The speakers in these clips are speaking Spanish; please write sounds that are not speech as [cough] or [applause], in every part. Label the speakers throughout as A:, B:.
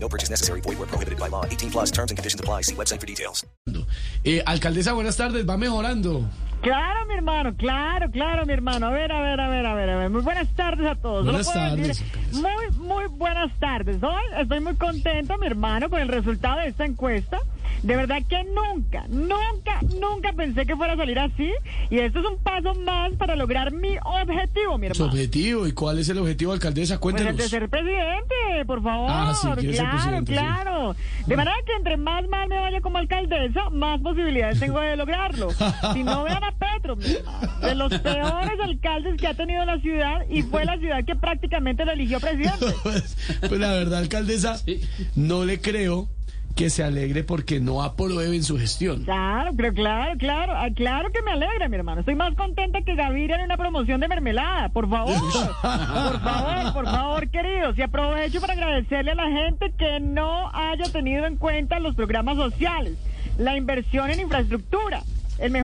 A: No purchase necessary. Void where prohibited by law. 18 plus terms and conditions apply. See website for details.
B: Eh, alcaldesa, buenas tardes, va mejorando.
C: Claro, mi hermano, claro, claro, mi hermano. A ver, a ver, a ver, a ver. A ver. Muy buenas tardes a todos. Solo
B: Buenas
C: puedo
B: tardes,
C: decir
B: alcaldesa.
C: Muy, muy buenas tardes. Hoy estoy muy contento, mi hermano, con el resultado de esta encuesta. De verdad que nunca, nunca, nunca pensé que fuera a salir así. Y esto es un paso más para lograr mi objetivo, mi
B: Su
C: hermano.
B: objetivo y cuál es el objetivo, alcaldesa,
C: Pues
B: cuéntenos.
C: el de ser presidente, por favor.
B: Ah, sí, quiere ser
C: claro,
B: presidente, sí.
C: claro. De manera que entre más mal me vaya como alcaldesa, más posibilidades tengo
B: [laughs]
C: de lograrlo. Si no vean a Petro, mi hermano, de los peores alcaldes que ha tenido la ciudad y fue la ciudad que prácticamente lo eligió presidente.
B: pues, [laughs] pues la verdad, alcaldesa, no le creo que se alegre porque no aprueben su gestión.
C: Claro, pero claro, claro, ah, claro que me alegra, mi hermano. Estoy más contenta que Gaviria en una promoción de mermelada. Por favor, por favor, por favor, queridos. Y aprovecho para agradecerle a la gente que no haya tenido en cuenta los programas sociales, la inversión en infraestructura, el mejor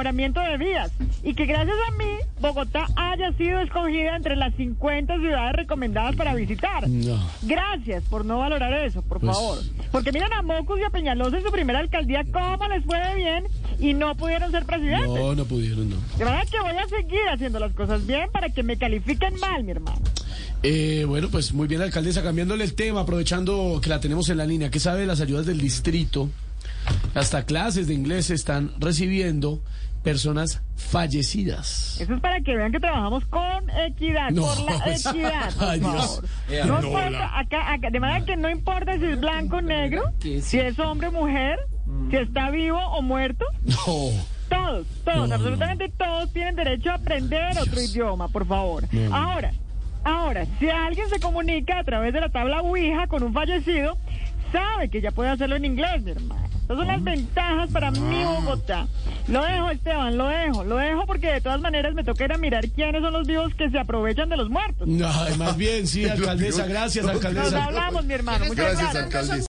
C: mejoramiento de vías. Y que gracias a mí, Bogotá haya sido escogida entre las 50 ciudades recomendadas para visitar. Gracias por no valorar eso, por favor. Porque miren a Mocus y a Peñalosa en su primera alcaldía cómo les fue de bien y no pudieron ser presidentes.
B: No, no pudieron, no.
C: De verdad que voy a seguir haciendo las cosas bien para que me califiquen mal, mi hermano.
B: Eh, bueno, pues muy bien, alcaldesa, cambiándole el tema, aprovechando que la tenemos en la línea, ¿qué sabe de las ayudas del distrito? Hasta clases de inglés están recibiendo personas fallecidas.
C: Eso es para que vean que trabajamos con equidad,
B: No,
C: por
B: [laughs]
C: la
B: pues,
C: equidad, por
B: ay, Dios.
C: favor.
B: Eh,
C: No
B: no,
C: importa,
B: la-
C: acá, acá, de manera que no importa si es blanco o negro, si es hombre o mujer, si está vivo o muerto,
B: No.
C: todos, todos, absolutamente todos tienen derecho a aprender otro idioma, por favor. Ahora, ahora, si alguien se comunica a través de la tabla Ouija con un fallecido, sabe que ya puede hacerlo en inglés, mi hermano. Esas son las ventajas para mi Bogotá. Lo dejo, Esteban, lo dejo, lo dejo porque de todas maneras me toca ir a mirar quiénes son los vivos que se aprovechan de los muertos.
B: No, más bien, sí, alcaldesa, gracias,
C: Nos
B: alcaldesa.
C: hablamos, mi hermano. Muchas gracias.